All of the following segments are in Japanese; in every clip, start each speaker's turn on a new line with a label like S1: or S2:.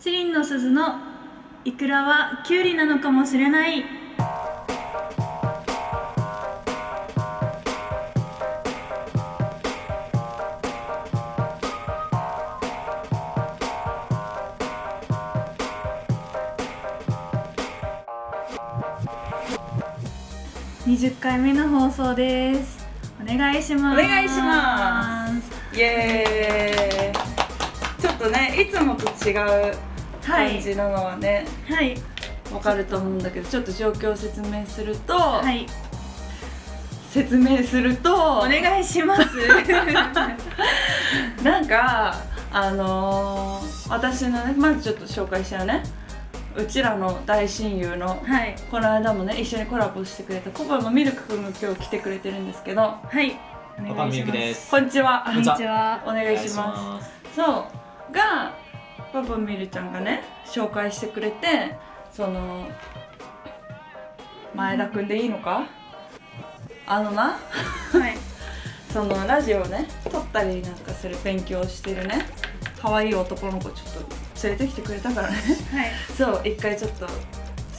S1: セリンの鈴のイクラはキュウリなのかもしれない20回目の放送ですお願いします
S2: お願いしますイエーイちょっとねいつもと違う
S1: は
S2: 感
S1: い
S2: じなのはね、
S1: はい
S2: わかると思うんだけどちょっと状況を説明すると、
S1: はい
S2: 説明する
S1: お
S2: と
S1: 願いし ます
S2: なんかあのー私のねまずちょっと紹介しちゃうねうちらの大親友の
S1: はい
S2: この間もね一緒にコラボしてくれたコバのミルクくんも今日来てくれてるんですけど
S1: はいお
S3: パパ
S1: 願い
S3: ミ
S1: し
S3: ル
S1: ま
S3: クですす。
S2: こんにちは
S1: こん
S3: こん
S1: に
S3: に
S1: ち
S3: ちは
S1: は
S2: お願いします
S3: す。
S2: そうがパパミルちゃんがね紹介してくれてその前田くんでいいのかあのな
S1: はい
S2: そのラジオをね撮ったりなんかする勉強をしてるね可愛い男の子ちょっと連れてきてくれたからね
S1: はい
S2: そう一回ちょっと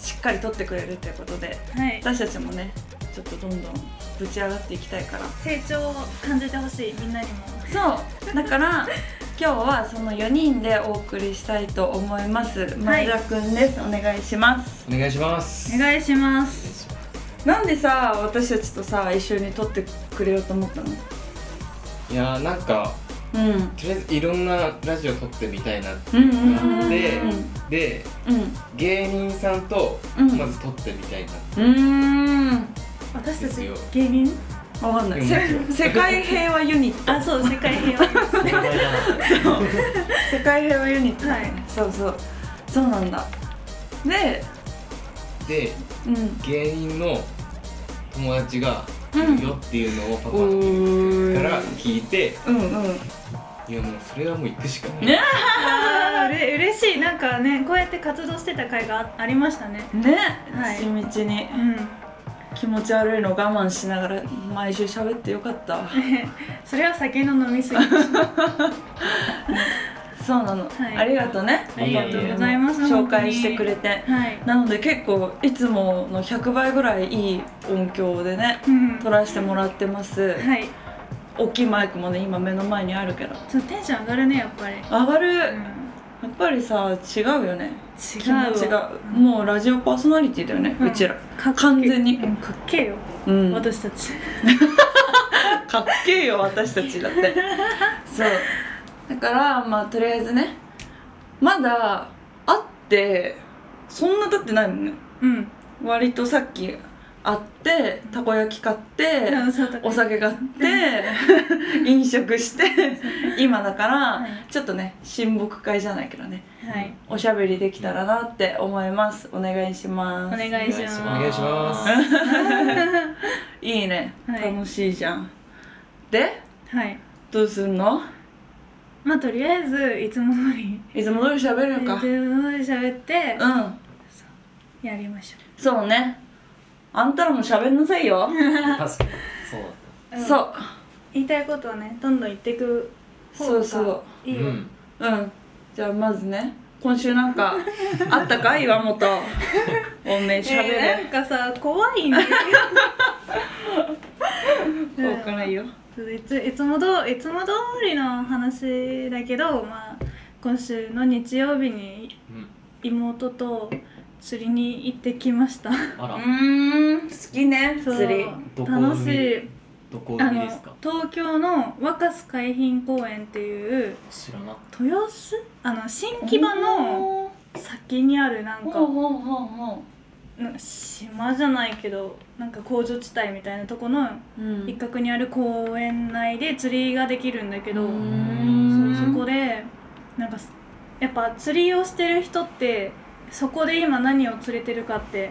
S2: しっかり撮ってくれるっていうことで
S1: はい
S2: 私たちもねちょっとどんどんぶち上がっていきたいから
S1: 成長を感じてほしいみんなにも
S2: そうだから今日はその4人でお送りしたいと思います前田くんです、お願いします
S3: お願いします。
S1: お願いします
S2: なんでさ私たちとさ一緒に撮ってくれようと思ったの
S3: いやーなんか
S2: うん
S3: とりあえずいろんなラジオ撮ってみたいなって
S2: うんうんうん
S3: なって
S2: うん
S3: で
S2: う
S3: 芸人さんと
S2: うん
S3: まず撮ってみたいな。
S2: んうーん
S1: 私た
S3: です
S1: ち
S3: よ
S1: 芸人
S2: わかんない、
S3: うん
S2: せ世界平和ユニット
S1: あそう世界平和です
S3: 盛大だな
S2: 世界平和ユニット、
S1: はい
S2: そうそうそうなんだで
S3: で
S2: うん
S3: 芸人の友達が
S2: うん
S3: いるよっていうのをパ
S2: お
S3: パ
S2: ー
S3: から聞いて、
S2: うんうん
S3: いやもうそれはもう行くしかない。
S2: ね
S1: あーうれ嬉しいなんかねこうやって活動してた回があありましたね
S2: ね、
S1: はい
S2: 地道に
S1: うん
S2: 気持ち悪いの我慢しながら毎週喋ってよかっ たわ
S1: それは酒の飲みすぎでしょ
S2: そうなの、
S1: はい
S2: ありがとうね
S1: ありがとうございます
S2: 紹介してくれて
S1: はい
S2: なので結構いつもの100倍ぐらいいい音響でね
S1: うん
S2: 撮らせてもらってます
S1: はい
S2: 大きいマイクもね今目の前にあるけど
S1: ちょっとテンション上がるねやっぱり、
S2: 上がる、
S1: うん、違
S2: やっぱりさ違うよね気持ち
S1: う
S2: が
S1: わ
S2: もうラジオパーソナリティだよね、
S1: う
S2: うんちら
S1: かっけえ
S2: 完全に
S1: うんかっけえよ、
S2: うん
S1: 私たち
S2: かっけえよ私たちだってそうだからまあとりあえずねまだ会ってそんな経ってないもんね
S1: うん
S2: 割とさっき会ってたこ焼き買って、
S1: うんそうだ
S2: お酒買って飲食して今だから、
S1: はい
S2: ちょっとね親睦会じゃないけどね
S1: はい
S2: おしゃべりできたらなって思いますお願いし
S1: お
S2: ます
S1: 願いします
S3: お願いします。
S2: いいね、
S1: はい
S2: 楽しいじゃんで
S1: はい
S2: どうすんの
S1: まあとりあえずいつも通り
S2: いつも通り喋る
S1: いつも
S2: か
S1: 通り喋って
S2: うん
S1: やりましょ
S2: そうねあんたらも喋んなさいよ、
S3: 確かにそう
S1: う、う
S3: だっ
S1: ん
S2: そう
S1: 言いたいことはねどんどん言ってく方
S2: そ
S1: が
S2: うそう
S1: いい
S3: た。
S1: よ、
S3: うん。
S2: うんじゃあまずね今週なんかあったか岩本おめえ
S1: えー
S2: 喋れ、
S1: なんかさ怖いね うん
S2: 多くないよ
S1: いついつもどいつも通りの話だけど、まあ、今週の日曜日に
S3: うん。
S1: 妹と釣りに行ってきました
S3: あ
S2: う
S3: ら、
S2: ーん好きね
S1: そう
S2: 釣り
S3: どこに
S1: 楽しい
S3: どこ
S1: あ
S3: に
S1: の
S3: ですか。
S1: 東京の若洲海浜公園っていう
S3: 知らな。
S1: 豊洲あの新木場の
S2: ほ
S1: 先にあるなん
S2: う
S1: か
S2: ほうほうほ
S1: なんか島じゃないけどなんか工場地帯みたいなとこの
S2: う、うん、
S1: 一角にある公園内で釣りができるんだけど、
S2: う
S1: そ
S2: ー
S1: うんそこでなんかすやっぱ釣りをしてる人ってそこで今何を釣れてるかって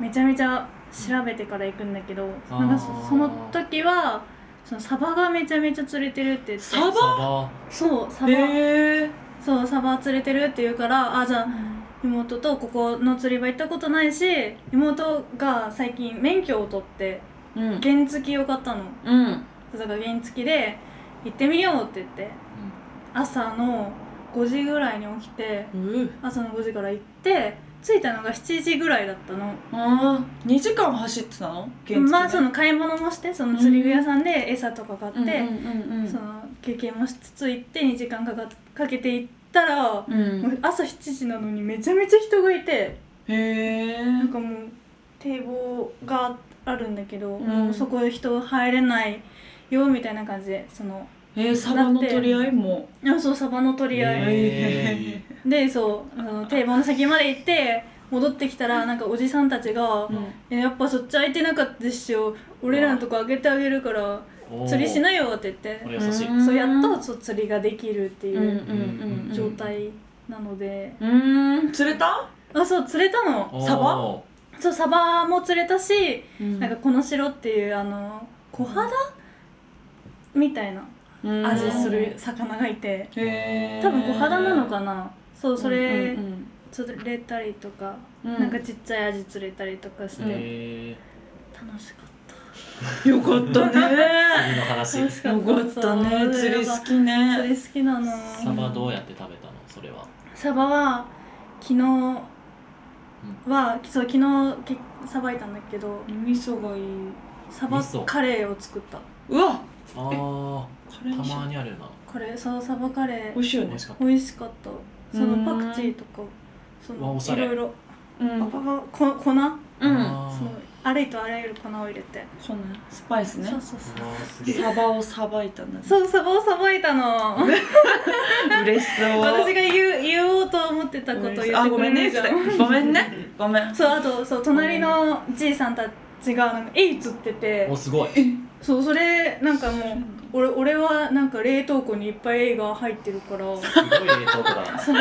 S1: めちゃめちゃ調べてから行くんだけど
S3: あー
S1: なんかそその時はそのサバがめちゃめちゃ釣れてるって言って
S2: サバ
S3: サバ。
S1: そうサバ、
S2: へえ
S1: そうサバ釣れてるって言うからあじゃあ妹とここの釣り場行ったことないし妹が最近免許を取って
S2: うん
S1: 原付きを買ったの
S2: うん
S1: だから原付きで行ってみようって言って朝の5時ぐらいに起きて
S2: う
S1: 朝の5時から行って着いたのが7時ぐらいだったの
S2: ああ2時間走ってたの現地で
S1: まあその買い物もしてその釣り具屋さんで餌とか買って、
S2: うんうんうんうん
S1: その休憩もしつつ行って2時間かかかけて行ったら、も
S2: うん
S1: う朝7時なのにめちゃめちゃ人がいて
S2: へえ
S1: なんかもう堤防があるんだけど、
S2: ん
S1: もうそこで人入れないよみたいな感じでその
S2: えー、サバの取り合いも
S1: あそうサバの取り合い、
S3: え
S1: でそうあの堤防の先まで行って戻ってきたらなんかおじさんたちが
S2: うん
S1: 「えやっぱそっち空いてなかったっしょ俺らのとこあげてあげるから
S3: ー
S1: 釣りし
S3: い
S1: なよ」って言
S3: こ
S1: っ
S3: れ優しい、
S2: う
S3: うんん、
S1: てそうやっとそう釣りができるって
S2: う
S1: いう
S3: うん
S1: 状態なので、
S2: うん釣れた
S1: あそう釣れたの
S2: サバ
S1: そうサバも釣れたし、な
S2: な
S1: んかこの城っていうあの小肌みたいな味する魚がいて
S2: へえ
S1: 多分小肌なのかなそうそれ
S2: うんうん
S1: 釣れたりとか
S2: うん
S1: なんかちっちゃいアジ釣れたりとかして、
S2: うん
S3: え
S1: 楽しかった
S2: よかった
S3: ー、
S2: ね
S3: 釣りの話
S1: 楽しか
S2: よ
S1: った
S2: かった
S1: そう
S2: ね釣り好き
S1: 釣
S2: ね
S1: り好きなの
S3: サバどうやって食べたのそれは
S1: サバは昨日はそう昨日けさばいたんだけど
S2: 味噌がいい
S1: サバ
S3: 味噌
S1: カレーを作った
S2: うわ
S3: あ
S2: カ
S3: あ
S2: レー
S3: た
S2: にし
S3: まにあるな
S1: これそうサバカレー
S2: 美味しいよ
S3: 美
S2: ね
S3: 味しかった
S1: 美味しかったその
S2: うん
S1: パクチーとかそ
S3: わ
S1: の
S3: おしゃ
S1: い
S3: れ
S1: ろいろ
S2: うん
S1: パパパこ粉その
S2: うん
S3: あー
S1: あれとあらゆる粉を入れて
S2: そうねスパイスね
S1: そうそうそう
S3: うわーすげえ
S2: サバをさばいたんだね
S1: そうサバをさばいたの
S2: 嬉しそう
S1: 私が言う言おうと思ってたこと言って
S2: あ
S1: く
S2: ごめ
S1: れ
S2: ん
S1: な
S2: ね
S1: いじゃん
S2: ごめんねごめん
S1: そうあとそう隣のじいさんたちがなんかエイ釣ってて
S3: おすごい
S1: そうそれなんかもう俺俺はなんか冷凍庫にいっぱいエイが入ってるから
S3: すごい冷凍庫だな
S1: そう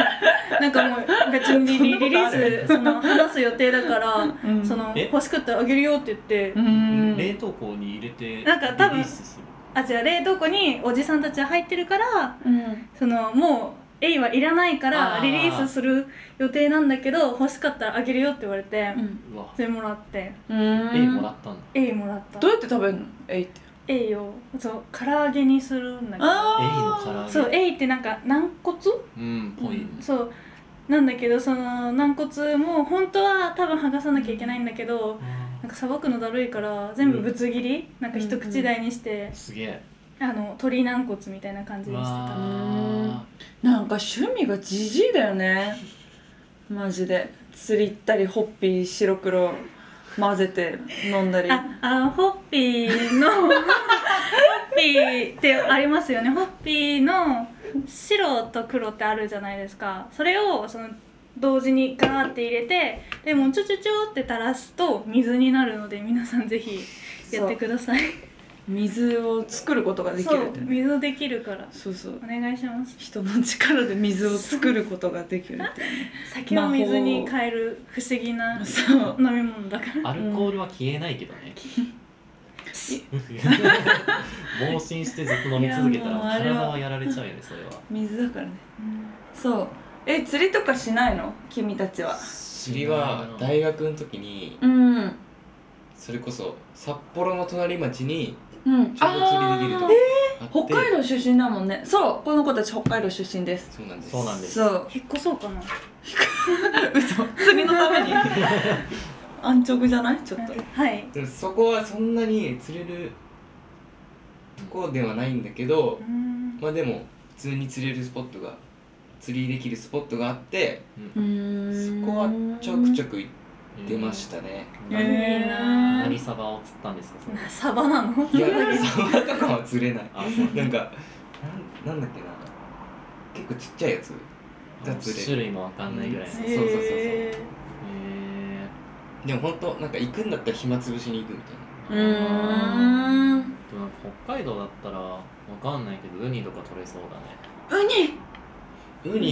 S1: なんかもう別にリリリリースその話す予定だから、
S2: うん
S1: その
S3: え
S1: 欲しかったらあげるよって言って、
S2: うん
S3: 冷凍庫に入れて
S1: なんか多分
S3: リリースする
S1: あじゃあ冷凍庫におじさんたちは入ってるから
S2: うん
S1: そのもうエイはいらないから
S3: あー
S1: リリースする予定なんだけど欲しかったらあげるよって言われて、
S2: うん
S3: うわ
S1: それもらって
S2: うん
S3: えもらったんだ
S1: エイもらった
S2: どうやって食べるのエイって
S1: エイをそう唐揚げにするんだけど
S3: エイの唐揚げ
S1: そうエイってなんか軟骨
S3: うんぽいね
S1: そうなんだけどその軟骨も本当は多分剥がさなきゃいけないんだけどなんかさばくのだるいから全部ぶつ切り、なんか一口大にして、
S3: すげえ
S1: あの鶏軟骨みたいな感じにしてた
S2: わ
S1: の
S3: わ
S2: なんか趣味がじじいだよねマジで釣り行ったりホッピー白黒混ぜて飲んだり
S1: ああのホッピーのホッピーってありますよねホッピーの白と黒ってあるじゃないですかそれをその同時にガーって入れてでもうちょちょちょって垂らすと水になるので皆さんぜひやってください
S2: 水を作ることができ
S1: そ
S2: るっ
S1: う
S2: てね
S1: 水できるから
S2: そうそう
S1: お願いします
S2: 人の力で水を作ることができるって
S1: 酒を水に変える不思議な
S2: そう
S1: 飲み物だから
S3: ーアルコールは消えないけどね 盲信してずっと飲み続け
S2: い
S3: た
S2: や
S3: ら
S2: もうあれは
S3: 体はやら れちゃうよねそれは
S2: 水だからねそうえ釣りとかしないの君たちは
S4: 釣りは大学の時に
S2: うんうん
S4: それこそ札幌の隣町にちょうど釣りで
S2: あ
S4: きるとこあって
S2: ー北海道出身だもんねそうこの子たち北海道出身です
S4: そうなんです
S3: そうなんです
S2: そう
S1: 引っ越そうかな
S2: 嘘釣りのために安直じゃないちょっと
S1: はい
S4: でもそこはそんなに釣れるとこではないんだけど
S1: う、ん
S4: まあでも普通に釣れるスポットが釣りできるスポットがあって
S3: うん
S2: そ
S4: そこはちょくちょ
S2: く
S4: く行ってましたね、
S3: な
S1: へー
S3: 何サバを釣ったんですかそれ
S1: サバなの
S4: いやサバとかは釣れない
S3: あそう
S4: なんかなんなんだっけな結構ちっちゃいやつが釣れる
S3: 種類もわかんないぐらいの
S4: そうそうそうそう
S1: へ
S3: へ
S4: でも本当なんか行くんだったら暇つぶしに行くみたいな
S2: う
S3: ー
S2: ーんウ
S3: でもなんか北海道だったらわかんないけどウニとか取れそうだね
S2: ニ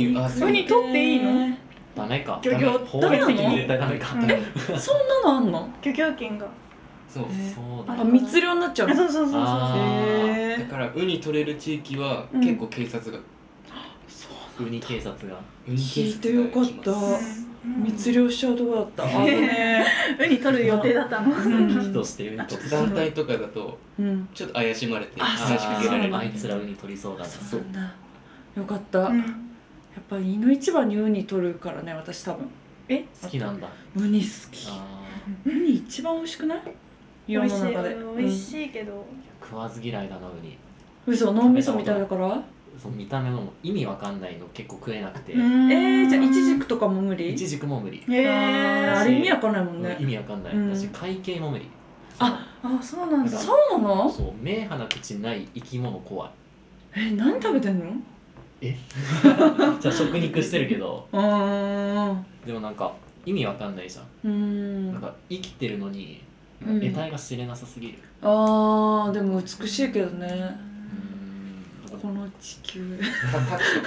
S4: ウニあそう
S1: ウニ取っていいの
S3: ダメか
S1: 漁業
S3: 法律的に絶対ダメか、
S1: ダメ
S3: そ
S1: な
S3: う
S2: そんなのあんの
S1: 漁業権が
S4: そう
S3: だ
S2: あ
S3: ね
S2: 密漁になっちゃう
S1: あ
S2: の
S1: そうそうそうそう
S3: あー
S2: へ
S4: だ
S2: え
S4: からウニ取れる地域は
S1: うん
S4: 結構警察が、
S3: ウニ警察が
S4: ウニ警察が来
S2: 聞い
S4: ま
S2: てよかっ
S4: す
S1: うん
S2: 密漁しちゃうとこだったあぶね
S1: ウニ取る予定だったの
S2: え
S3: ウニとしてウニとって
S4: 団体とかだと
S2: うん
S4: ちょっと怪しまれて
S2: あ
S4: 話しかけられる
S3: あいつらウニ取りそうだな
S2: そうなんだよかった
S1: うん
S2: よっぱ胃の一番にウニ取るからね私多分
S1: え
S3: 好きなんだ
S2: ウニ好き
S3: あ
S2: ウニ一番美味しくない
S1: 美
S2: 世の
S1: 味しい
S2: 中で
S1: 美味しいけど、
S3: ー食わず嫌いだなウニ
S2: うん嘘脳みそみたいだから
S3: その見た目の意味わかんないの結構食えなくて、
S2: えー、じゃあイチジ
S1: ク
S2: クとかも無理
S3: いちじくも無理、
S1: え
S2: あーあ
S1: ー、
S2: れ意味わかんないもんね
S3: 意味わかんない、
S2: うん
S3: 私会計も無理
S2: あ
S1: あそうなんだ
S3: そ
S2: そうなの
S3: そう目鼻口ない生き物怖い
S2: え何食べてんの
S3: じゃあ食肉してるけど
S2: うーん
S3: でもなんか意味わかんないじゃん、
S2: うー
S3: なん
S2: ん
S3: か生きてるのに
S2: うん
S3: 得体が知れなさすぎる、
S2: あーでも美しいけどね
S3: うーん
S2: この地球
S4: タチ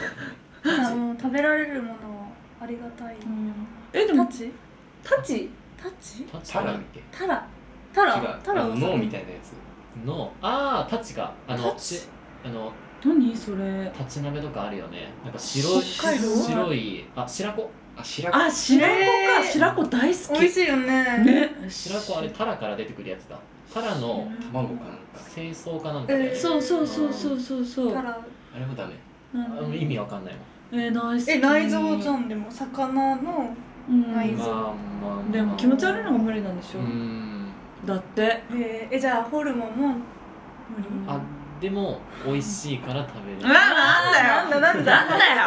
S4: とか
S1: あの食べられるものはありがたい、
S2: えで
S1: タ
S2: も
S1: チ
S2: タチ
S1: タチ
S3: タチ
S4: タラだっけ
S1: タラタ
S4: 違
S1: ラ
S4: う
S1: タ
S4: あ
S1: ラ
S4: の
S1: は
S4: 脳みたいなやつ
S3: のああタチかあの
S2: タチ
S3: ちあの
S2: 何それ
S3: タチ鍋とかあるよねなんか白い
S2: 北海道は
S3: 白いあ白子
S4: あ白子
S2: あ白子か
S1: えー
S2: 白子大好き
S1: 美味しいよね
S2: ね
S3: 白子あれタラから出てくるやつだタラの
S4: 卵かなんか
S3: 清掃かなんかで、
S1: えー
S2: そうそうそうそうそうそう
S1: タラ
S4: あれもダメ
S2: なん
S3: あ
S2: だ
S3: の意味わかんないもん
S2: えー大好き
S1: え内臓じゃんでも魚の
S2: うん
S1: 内
S3: ま
S1: 臓
S3: あまあ、まあ、
S2: でも気持ち悪いのが無理なんでし
S3: う
S2: ょ
S3: ーん
S2: だって
S1: えー、えじゃあホルモンも無理
S3: あでも美味しいから食べる
S2: うわなんだよ
S1: なんだなんだ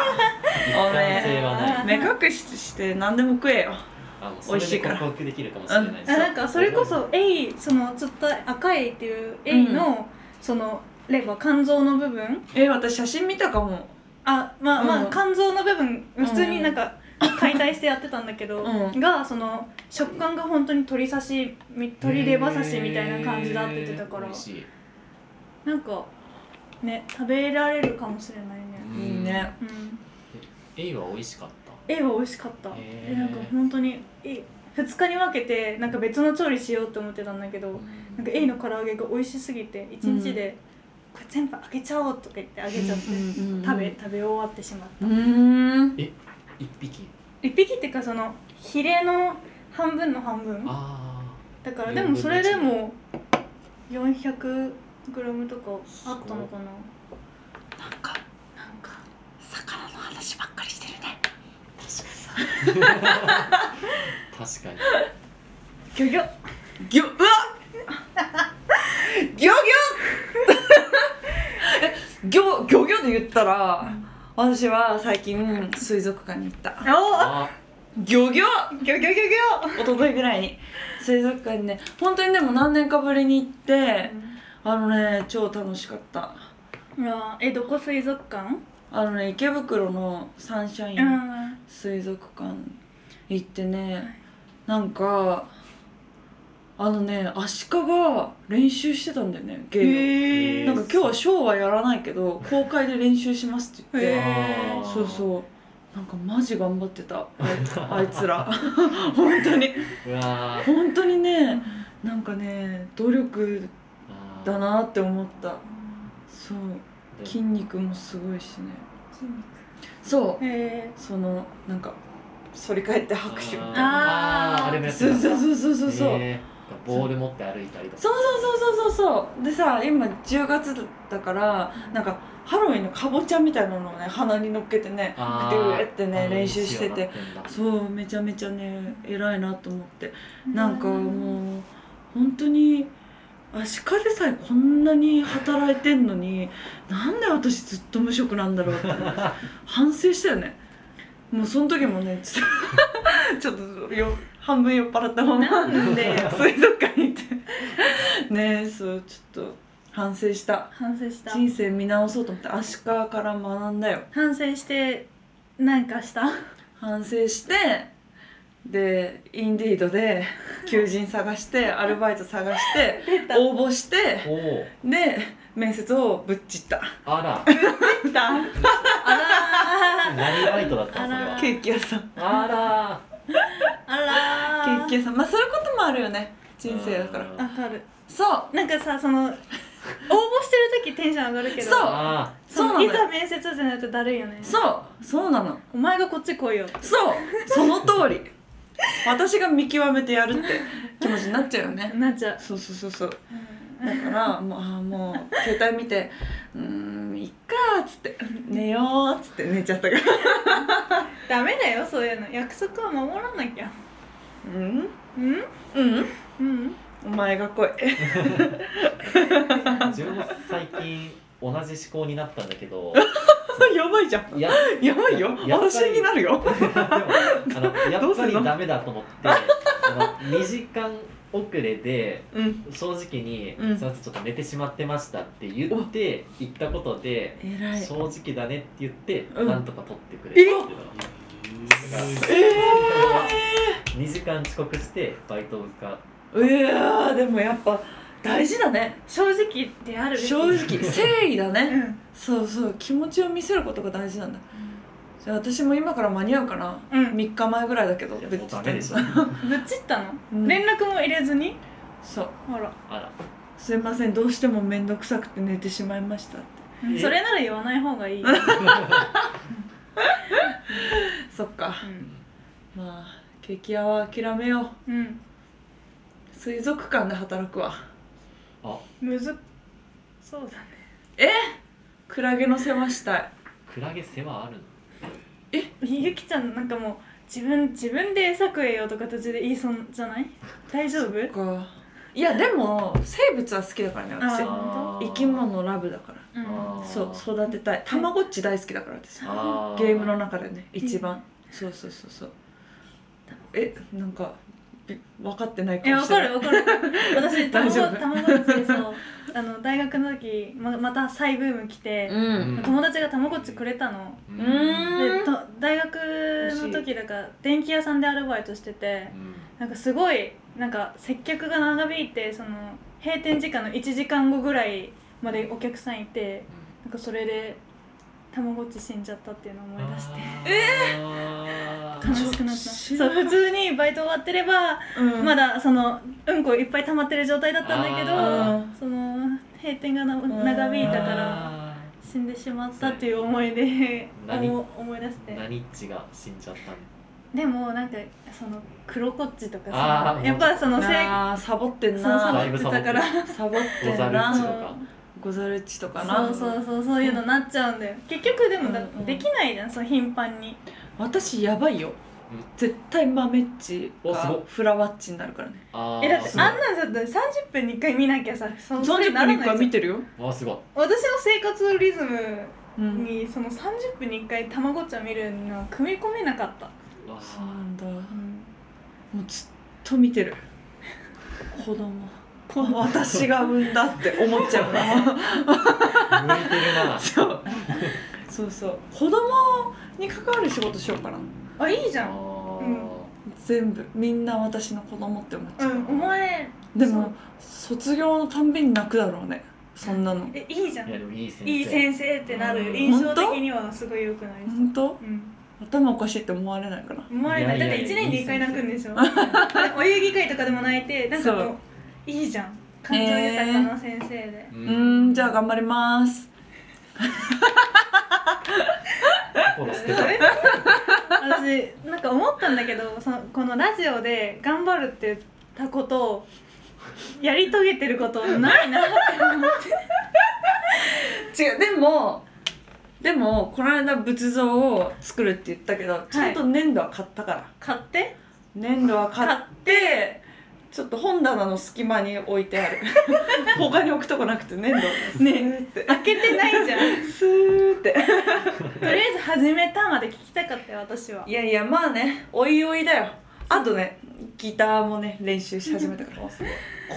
S3: 一貫性はない
S2: 目隠しして何でも食えよ
S3: あの
S2: 美味しいから
S3: それで克服できるかもしれない
S1: あなんかそれこそエイそのずっと赤いっていうエイの、そのレバー肝臓の部分
S2: えー私写真見たかも
S1: あまあまあ、
S2: うん
S1: 肝臓の部分普通になんか解体してやってたんだけど、
S2: うん
S1: がその食感が本当に鶏刺しみ鶏レバ刺しみたいな感じだって言ってたから
S3: 美味しい
S1: なんかね食べられるかもしれないね
S2: いいね
S1: うん
S3: エイは美味しかった
S1: エイは美味しかった
S3: へー
S1: えなんか本当にえ2日に分けてなんか別の調理しようって思ってたんだけどなんかエイの唐揚げが美味しすぎて1日で、これ全部あげちゃおうとか言ってあげちゃって、
S2: うん
S1: 食べ食べ終わってしまった、
S2: うーん
S3: 一匹
S1: 一匹っていうかそのヒレの半分の半分
S3: あ
S1: だから
S3: 四分
S1: でも
S3: の
S1: それでも 400g とかあったのかな
S2: なんか
S1: なんか
S2: 魚の話ばっかりしてるね
S3: あ確かに
S1: ギョギョ
S2: ぎょうわぎょぎょえぎょぎょぎょで言ったら私は最近水族館に行った
S1: お
S3: あ
S2: ぎょぎょ
S1: おギョギョギョギ
S2: 一昨日ぐらいに水族館にね本当にでも何年かぶりに行ってあのね超楽しかった
S1: ョうわえどこ水族館
S2: あのね池袋のサンシャイ
S1: う
S2: ン
S1: ん
S2: 水族館行ってねなんかあのねアシカが練習してたんだよね芸を。
S1: へ
S2: なんか今日はショーはやらないけど公開で練習しますって言っ
S1: へ
S2: て
S1: ー
S3: あー
S2: そうそうなんかマジ頑張ってたあいあいつら 本当に
S3: うわー
S2: 本当にねなんかね努力
S3: あー
S2: だなって思ったそう筋肉もすごいしね
S1: 筋肉
S2: そう
S1: へ
S2: そのなんか反り返って拍手
S3: あー
S1: あー
S3: あれもやって
S2: そう
S3: た
S2: そうそうそうそうそう、
S3: へーボール持って歩いたりとか
S2: そうそうそうそうそうそうでさ今10月だからなんかハロウィンのかぼちゃみたいなのをね鼻に乗っけてね
S3: あ
S2: グ
S3: ー
S2: ーってね
S3: あの
S2: 練習してて
S3: 一応なってんだ
S2: そうめちゃめちゃね偉いなと思って
S1: ー
S2: なんかもう本当にアシカでさえこんなに働いてんのになんで私ずっと無職なんだろうってね反省したよねもうその時もね ちょっとちょっとよ半分酔っ払ったまま
S1: なんでよ
S2: 水族館に行ってねえそうちょっと反省した
S1: 反省した
S2: 人生見直そうと思ってアシカから学んだよ
S1: 反省してなんかした
S2: 反省してでインディードで求人探してアルバイト探して
S1: 出た
S2: 応募して
S3: おお
S2: で面接をぶっちった
S3: あら
S1: あ
S3: 何バイトだったのそれ
S1: あ
S3: は
S2: ケーキ屋さんケ
S3: あら
S1: らあら
S2: ーキ屋さんまあそういうこともあるよね人生だから
S1: わかる
S2: そう
S1: なんかさそ の応募してる時テンション上がるけど
S2: そう
S3: あ
S1: その
S2: そうなのよ
S1: いざ面接じゃないとだるいよね
S2: そうそうなの
S1: お前がこっち来いよ
S2: そうその通り私が見極めてやるって気持ちになっちゃうよね
S1: なっちゃう、
S2: そうそうそうそうだからもうあーもう携帯見て「うーんいっか」っつって「寝よう」っつって寝ちゃったから
S1: ダメだよそういうの約束は守らなきゃ
S2: 「うん
S1: うん
S2: うん
S1: うん
S2: お前が来い」
S3: 自分も最近同じ思考になったんだけど
S2: やばいじゃん
S3: いや
S2: やばいよ
S3: やっぱり
S2: 私になるよ
S3: でもあのや
S2: どう
S3: っ
S2: す
S3: ぱ
S2: んの
S3: りダメだと思ってあの2時間遅れで
S2: うん
S3: 正直に「
S2: うん
S3: すいませんちょっと寝てしまってました」って言って言ったことで
S2: え
S3: 「
S2: らい
S3: 正直だね」って言って
S2: うん
S3: なんとか取ってくれたっていうのが
S2: え
S3: 2時間遅刻してバイトが
S2: ー、いやーでもやっぱ大事だね
S1: 正直であるべき
S2: 正直誠意だ
S1: う
S2: ね
S1: ん
S2: そうそう気持ちを見せることが大事なんだじゃあ私も今から間に合うかな
S1: うんぶ
S2: 3日前ぐらいだけど
S3: いや
S2: ぶっ
S3: もう
S2: ちゃ
S3: ダ
S2: け
S3: メ でしょ
S1: っちったの、
S2: うん
S1: 連絡も入れずに
S2: そう
S1: ほら、
S3: あら
S2: すいませんどうしても面倒くさくて寝てしまいましたって
S1: うん
S3: え
S1: それなら言わない方 がいい、うん、
S2: そっかまあケーキ屋は諦めよう
S1: うん
S2: 水族館で働くわ
S3: あ
S1: むずっそうだね
S2: クラゲの世話したい
S3: クラゲ世話あるの
S1: ゆきちゃんなんかもう自分自分で餌食えよとか途中で言いそうじゃない大丈夫
S2: そっかいやでも生物は好きだからね私
S1: あ本
S2: 生き物ラブだから
S1: うん
S3: あー
S2: そう育てたいたまごっち大好きだから私
S3: あ
S2: ゲームの中でね一番そうそうそうそうえなんかえ分かってないか
S1: え
S2: も
S1: わ
S2: しれ
S1: か
S2: ない
S1: るわか る私たま
S2: 大丈
S1: ご
S2: 夫
S1: たまごっちそうあの大学の時ままた再ブーム来て、
S2: うん
S1: 友達がたまごっちくれたの
S3: う
S2: う
S1: で
S2: ーん
S1: と大学の時だから電気屋さんでアルバイトしててなんかすごいなんか接客が長引いてその閉店時間の1時間後ぐらいまでお客さんいてなんかそれでたまごっち死んじゃったっていうのを思い出して
S3: え
S1: 悲しくなった
S2: ち
S1: そ
S2: ょ
S1: う
S2: っと
S1: 普通にバイト終わってれば、
S2: うん
S1: まだそのうんこいっぱい溜まってる状態だったんだけど
S3: あ
S2: ー
S1: その閉店がな長引いたから死んでしまったっていう思いで
S3: 何
S1: 思思い出して
S3: 何っちが死んじゃったの
S1: でもなんかその黒こっちとか
S3: あ
S1: さ
S3: ー
S1: やっぱそのせい
S2: なあサボってん
S1: そのサボ
S2: な
S1: ってたから
S2: サボって
S3: ご
S2: ん
S3: ざるっちと
S2: な
S3: か
S2: ござるっちとか
S1: そ
S2: な
S1: うそうそうそういうのなっちゃうんだよ結局でもだ
S2: うんうん
S1: できないじゃんそう頻繁に
S2: 私やばいよ
S3: うん
S2: 絶対豆っち
S3: おすご
S2: が
S3: っ
S2: フラワッチになるからね
S3: あ
S1: えだって
S3: ー
S1: あんなんだって30分に1回見なきゃさそそれ
S2: 30
S1: な
S2: 分
S1: らないじ
S2: に1
S1: ゃん
S2: 回見てるよ、
S3: あすごい
S1: 私の生活リズム
S2: うん、
S1: にその30分に1回たまごっちを見るのを組み込めなかった、
S3: わ
S2: そうなんだも
S1: うん、
S2: うずっと見てる子供私が産んだって思っちゃうな
S3: あ向いてる な
S2: そうそうそう子供に関わる仕事しようかな
S1: あいいじゃ
S3: あ
S1: ん
S3: ー
S1: うん
S2: 全部みんな私の子供って思っち
S1: う
S2: ゃう、
S1: んお前
S2: でも卒業のたんびに泣くだろうねそんなの
S1: えいいじゃん
S3: いやでもいい先生
S1: いい先生ってな
S3: う
S1: る
S3: ん
S1: 印象的にはすごい良くないです
S2: 本当
S1: うん
S2: 頭おかしいって思われないかな
S1: 思われない
S3: い
S1: だ
S3: や
S1: っ
S3: いやい
S1: て
S3: や
S1: 1年に1回
S3: いい
S1: 泣
S3: 先
S1: く
S3: 生
S1: んでしょお遊戯会とかでも泣いてなんかも
S2: そう
S1: いいじゃん感情豊かな先生で、
S3: う
S2: うんーんじゃあ頑張ります
S3: 心捨て
S1: そ
S3: た
S1: れ私なんか思ったんだけどそのこのラジオで頑張るって言ったことをやり遂げてることない なって思って
S2: 違うでもでもこの間仏像を作るって言ったけどちゃんと粘土は買ったから、
S1: 買って
S2: 粘土は買ってちょっと本棚の隙間に置いて ある他に置くとこなくて粘土をねーって
S1: 開けてないじゃん
S2: スーって
S1: とりあえず始めたまで聞きたかったよ私はい
S2: やいやまあねおいおいだよあとねギターもね練習し始めたから
S3: あすごい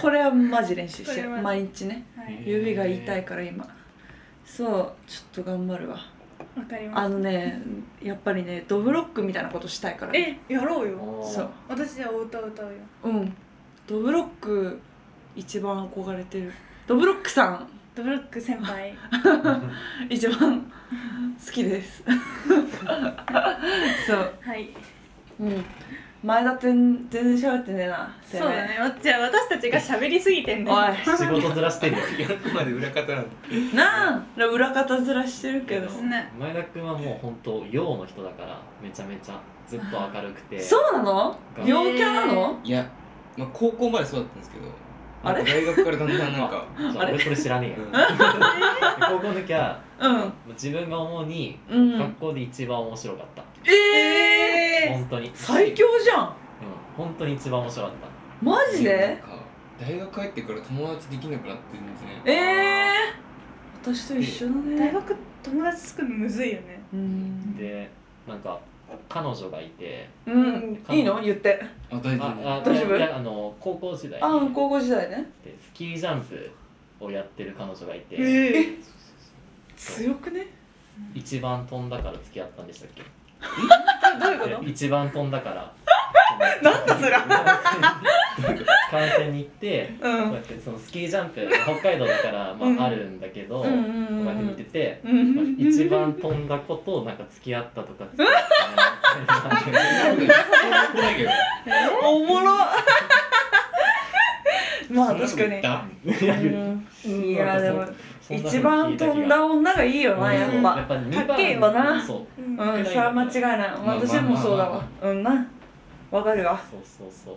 S2: これはマジ練習してる
S1: これは
S2: 毎日ね
S1: はい
S2: 指が痛いから今そうちょっと頑張るわ
S1: わかりま
S2: あ
S1: す
S2: のねやっぱりねドブロックみたいなことしたいからね
S1: えやろう
S3: あ
S1: よ
S3: ー
S2: そう
S1: 私じゃあお歌を歌うよ
S2: うんドブロック一番憧れてるドブロックさん
S1: ドブロック先 輩
S2: 一番好きです そう
S1: はい
S2: うん前だって全然喋ってねえなて
S1: そうだねわじゃあ私たちが喋りすぎてんだよ
S2: おい
S3: 仕事ずらしてるよ
S4: やあくまで裏方なんだ
S2: なあ裏方面してるけど
S1: そうね
S3: 前田君はもう本当陽の人だからめちゃめちゃずっと明るくて
S2: そうなの
S3: が
S2: 陽キャなの
S4: いや、まあ、高校までそうだったんですけど
S2: あれ
S4: 大学からだんだんなんか、
S3: そう
S2: あれ
S3: 俺これ知らねえ
S4: うん
S3: よ高校の時は
S2: うん
S3: 自分が思うに
S2: うん
S3: 学校で一番面白かった、
S2: ええ
S3: 本当に
S2: 最強じゃん
S3: うん本当に一番面白かった
S2: マジ
S4: なん
S2: で
S4: か大学帰ってから友達できなくなってるんですね
S2: ええ私と一緒だね
S1: 大学友達作るのむずいよね
S2: うん
S3: でなんか彼女がいて
S2: うんいいの言って
S4: あ大丈夫
S3: ああ
S2: 大丈夫
S3: いやあの高校時代
S2: あうん
S3: に
S2: 高校時代ね
S3: でスキージャンプをやってる彼女がいて、
S1: え
S2: 強くね
S3: 一番飛んだから付き合ったんでしたっけ
S2: どういうこと
S3: 一番飛んだから
S2: なんだそれ
S3: 観戦に行って
S2: う
S3: こうや
S2: ん
S3: ってそのスキージャンプ北海道だから、まあ
S2: うん
S3: あるんだけど、
S2: うんうん
S3: こう
S2: う
S3: やって見
S2: ん
S3: てて、
S2: うんうん
S3: まあ一番飛んだことをなんか付き合ったとか付き合ったみたいな
S4: なんか聞こえないけど
S2: おもろまあ確
S4: そ
S2: か
S4: んな
S2: に
S4: の言った
S2: うんいやでも
S3: そんなの聞いた 気が
S2: 一番飛んだ女がいいよなやっ
S3: や
S2: ぱ
S3: っぱ二番
S2: かっけえわな
S3: そう
S1: うん
S2: うんそれは間違いない
S4: まあ
S2: 私もそうだわうんなわかるわ
S3: そうそうそう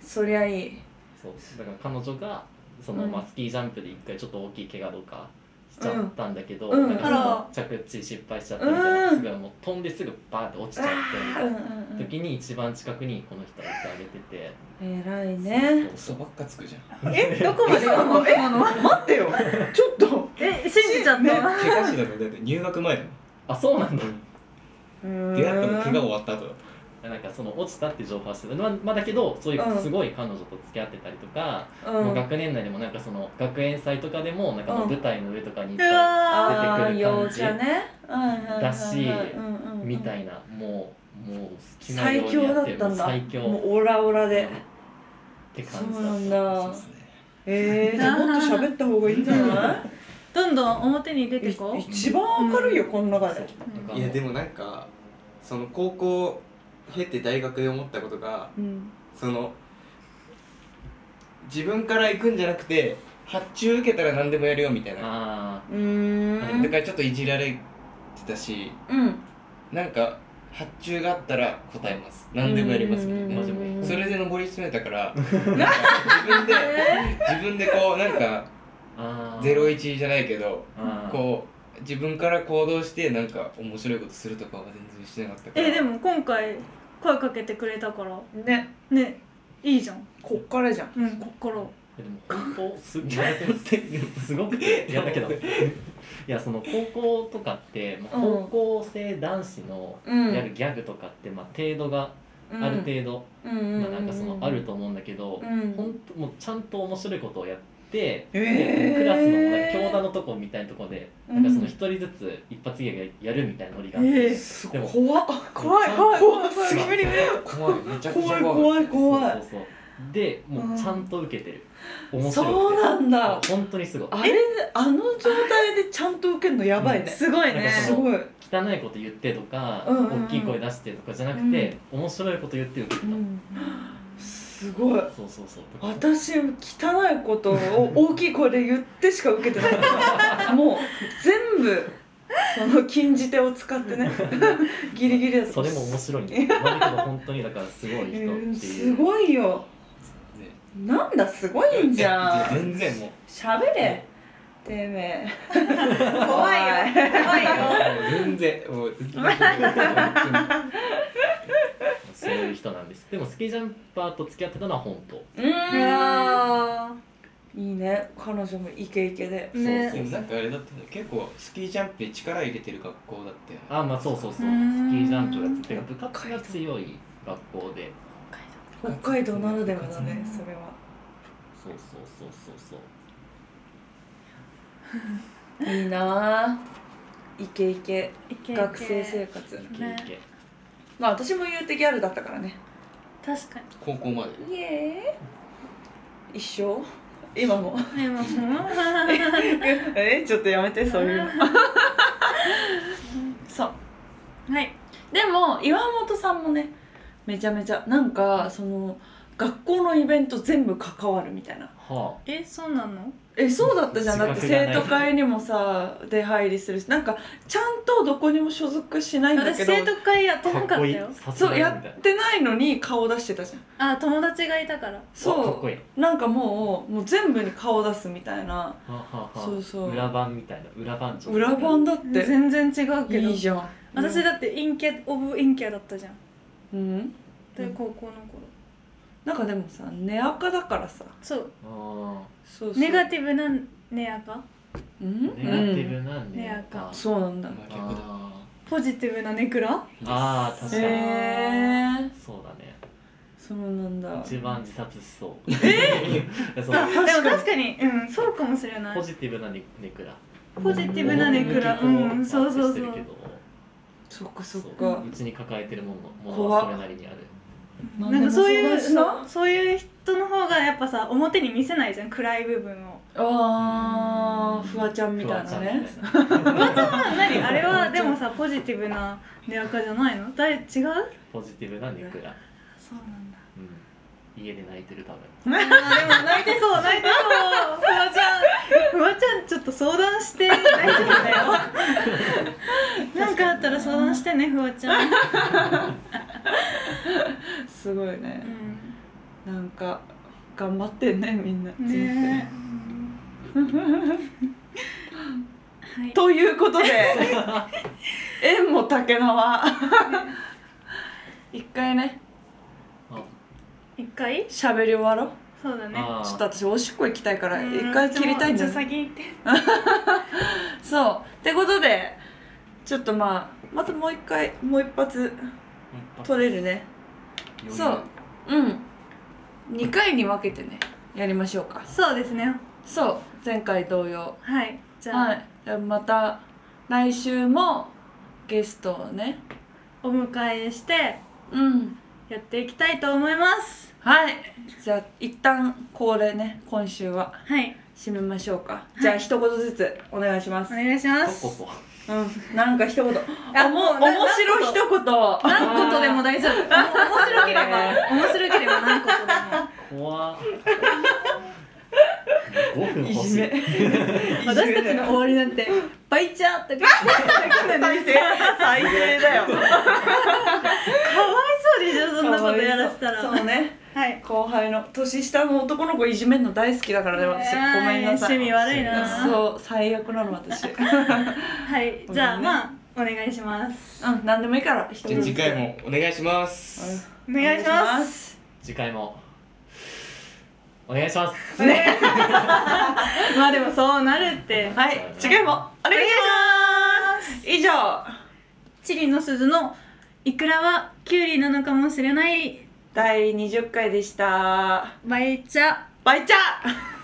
S2: そりゃいい
S3: そうだから彼女がその、
S2: うん
S3: まあ、スキージャンプで一回ちょっと大きい怪我とかしちゃったんだけど、
S2: うんうん
S3: なんかその着地失敗しちゃったみたいな、
S2: うん
S3: すぐもう飛んですぐバーンって落ちちゃってみ
S2: あ
S3: た
S2: ー
S3: い
S2: うん
S3: な
S2: うんうん
S3: 時に一番近くにこの人は行ってあげてて、
S2: 偉いね
S4: 嘘ばっかつくじゃん
S2: えどこまで今のえ待ってよちょっと
S1: え信じちゃっ
S2: ね
S1: た
S4: 怪我してたのだって入学前だもん
S3: あそうなんだ
S4: 出会ったの怪我
S2: を
S4: 終わった後だ
S3: なんかその落ちたって情報はしてままあだけどそうい
S2: うん
S3: うすごい彼女と付き合ってたりとか、もう学年内でもなんかその学園祭とかでもなんかもう舞台の上とかにいっ
S1: う
S3: ぱい
S1: わ
S2: ああ
S3: 出てくる感
S2: 陽
S3: じ
S2: 茶ね
S3: だしみた
S2: い
S3: いな、もうもう好きな
S2: 最
S3: ように
S2: 強
S3: や
S2: だ
S3: っ
S2: って
S3: る
S2: たんだ
S3: 最強
S2: もうオラオラで
S3: って
S2: そ
S3: 感じ
S2: う
S3: だ
S2: な
S3: っ
S2: ん
S3: た
S4: そ
S2: だ
S4: うですね
S2: えー、じゃあもっと喋った方がいいんじゃな
S1: どんどん表に出
S2: い
S1: てこ
S2: い一番明るいよこの中で
S3: なんか
S4: いやでもなんかその高校経て大学で思ったことが
S2: うん
S4: その自分から行くんじゃなくて発注受けたら何でもやるよみたいな
S3: あ
S2: うー
S4: だ
S2: ん
S4: からちょっといじられてたし
S2: うん
S4: なんか発注があったら答えます何でもやりますみたいな
S3: マジも
S4: それで登り詰めたからなんか自分で自分でこうなんか
S3: ー あー
S4: 01じゃないけど
S3: あー
S4: こう自分から行動してなんか面白いことするとかは全然してなかったから
S1: えでも今回声かけてくれたから
S2: ね
S1: ねいいじゃん
S2: こっからじゃん
S1: うんこっから
S3: でも本当すやめてすごくていや だけどいやその高校とかって、まあ、
S2: うん
S3: 高校生男子の
S2: うん
S3: やるギャグとかって、まあ、程度がある程度、
S2: うん
S3: まあ、なんかそのあると思うんだけど、
S2: うん
S3: 本当もうちゃんと面白いことをやって、
S2: え
S3: で
S2: ー
S3: クラスのなんか教団のとこみたいなとこで、なんかその
S2: うん
S3: 一人ずつ一発芸がやるみたいなノリがあって、
S1: ええ
S2: す
S3: でも
S2: 怖っ怖い怖い怖いすぎる
S4: 怖いめちゃくちゃ
S2: 怖
S4: 怖
S2: い
S4: い
S2: 怖い怖い
S3: そうそうそうでもうちゃんと受けてる、面白い
S2: そうなんだ
S3: 本当にすごい
S2: あれあの状態でちゃんと受けるのやばいね
S1: すごい
S3: なん
S1: ね
S3: か
S2: す
S3: その
S2: ごい
S3: 汚いこと言ってとか、
S2: うんうんうん
S3: 大きい声出してとかじゃなくて、面白いこと言って受けてた、
S2: すごい
S3: そうそうそう
S2: 私汚いことを大きい声で言ってしか受けてなかったもう全部その禁じ手を使ってねギリギリだった
S3: それも面白いんだよまあだけど本当にだからすごい人って
S2: え
S3: いう、
S2: ーすごいよ
S4: ね
S2: なんだすごいんじゃ
S4: いや
S2: ん
S4: 全然もう
S2: 喋れてめえ怖いよ
S1: 怖いよ
S4: 全然もう全然
S3: そういう人なんですでもスキージャンパーと付き合ってたのは本当
S2: うーん
S1: わ
S2: いいね彼女もイケイケで
S1: ーね
S4: でもなんかあれだったね結構スキージャンプに力入れてる学校だったよね
S3: あまあそうそうそうスキ
S1: うん
S3: ージャンプがてか部活が強い学校で
S2: 北海道ならではだねそれは
S3: そうそうそうそうそう
S2: いいなあイケイケ
S1: イケイケ
S2: 学生生活
S3: イケイケ
S2: まあ私も言うてギャルだったからね
S1: 確か
S4: 高校まで
S2: イエーイ一生今 も
S1: にでもう
S2: えちょっとやめてそういう のそう
S1: はい
S2: でも岩本さんもねめちゃめちゃなんかその学校のイベント全部関わるみたいな
S3: は
S1: えそうなの
S2: えそうだったじゃんだって
S3: 自
S2: 生
S3: 覚がない
S2: 徒会にもさ出入りするしなんかちゃんとどこにも所属しないんだけ
S1: 私
S2: ど
S1: 生徒会やって
S3: あ
S1: なか
S3: かっ
S1: った
S3: こいい
S1: よ
S3: さす
S2: そう
S3: がにみた
S2: や
S3: いな
S2: ってないのに顔出してたじゃん
S1: あ友達がいたから
S2: そう
S3: わかっこいい
S2: なんかもうもう全部に顔出すみたいな
S3: ははは
S2: そうそう
S3: 裏番みたいな裏番長
S2: 裏番だって
S1: 全然違うけど
S2: いいじゃん
S1: 私だって陰キャオブ陰キャだったじゃん
S2: うん
S1: で
S2: うん
S1: 高校の頃
S2: なんかでもさ根垢だからさ
S1: そう
S3: あ
S2: そうそう
S1: ネガティブなネアか
S2: うん
S3: ーネガティブなん
S1: ねあ
S3: で
S1: か
S2: うんそうなんだ
S4: まあ逆だ
S3: あ
S1: ポジティブなネクラ
S3: ーあー確かに、
S2: へえ
S3: そうだね
S2: そうなんだ
S3: 一番自殺しそうえ そ
S1: あ
S3: の
S1: で
S2: かに
S1: も確かにうんそうかもしれない
S3: ポジティブなネネクラ
S1: ポジティブなネクラうんそうそうそう
S3: マッチしてるけど
S2: そっかそっ
S3: そう
S2: か
S3: うちに抱えてるものもの
S2: 怖っ
S3: はそれなりにある
S1: な
S2: なんん
S1: か
S2: か
S1: そうい
S2: で
S1: う
S2: も相談
S1: そ
S2: し
S1: うそういう人の方がやっぱさ表に見せないじゃん暗い部分を
S2: あーフワちゃんみたいなね
S3: フワちゃんみたいな
S1: あ何あれはでもさポジティブなネアカじゃないのだい違うそう
S3: ポジティブなネクラ、
S1: なんだ
S3: うん、家で泣いてる多分
S2: あーでも
S1: 泣いてそう泣いてそうフワちゃんフワちゃんちょっと相談して大丈夫だよなんかあったら相談してねフワちゃん、
S2: すごいね、
S1: う
S2: なんか頑張ってんねみんな、
S1: ん、
S2: 人生
S1: ねえはい
S2: ということ で縁も竹縄一回ね
S3: あ
S1: 一回
S2: 喋り終わろう
S1: そうだね
S3: あー
S2: ちょっと私おしっこ行きたいから
S1: うん
S2: 一回切りたいんだ
S1: ちょ
S2: よ
S1: っと
S2: ね
S1: 先行って
S2: そうってことでちょっとまあまたもう一回もう一発取れるね
S3: 余裕
S2: そううん2回に分けてねやりましょうか
S1: そうですね
S2: そう前回同様
S1: はいじゃあ、
S2: はいじゃあまた来週もゲストをね
S1: お迎えして
S2: うん
S1: やっていきたいと思います
S2: はいじゃあ一旦これね今週は
S1: はい
S2: 締めましょうかじゃあ一言ずつお願いしま
S1: お
S2: す、
S1: 願いします
S3: ポコポ
S2: うんなんか一言
S1: あ
S2: あ
S1: もう
S2: もう
S1: な
S2: 面白い一言
S1: 何個とでも大丈夫面白ければ
S3: え
S1: 面白ければ何個とでも
S3: 怖っ5分
S2: い
S3: 欲
S2: じ
S3: し
S2: め
S3: い
S1: 私たちの終わりなんて「バイチャー」とか
S2: 最低最低だよ
S1: かわいそうでし ょそんなことやらせたら
S2: そうね
S1: はい
S2: 後輩の年下の男の子いじめるの大好きだからね私
S1: あー
S2: ごめんなさ
S1: 趣味
S2: い
S1: 悪いな
S2: そう最悪な の私
S1: はい
S2: ごめんね
S1: じゃあまあお願いします
S2: うん何でもいいから一
S4: じゃ
S2: 言
S4: あ
S2: ずつ
S4: 次回もお願いします。
S1: お願いします
S3: 次回もお願いします
S1: ねまあでもそうなるって
S2: はい次回もお願いします以上
S1: チリの鈴のイクラはキュウリなのかもしれない
S2: 第20回でした
S1: バイチャー
S2: バイチャー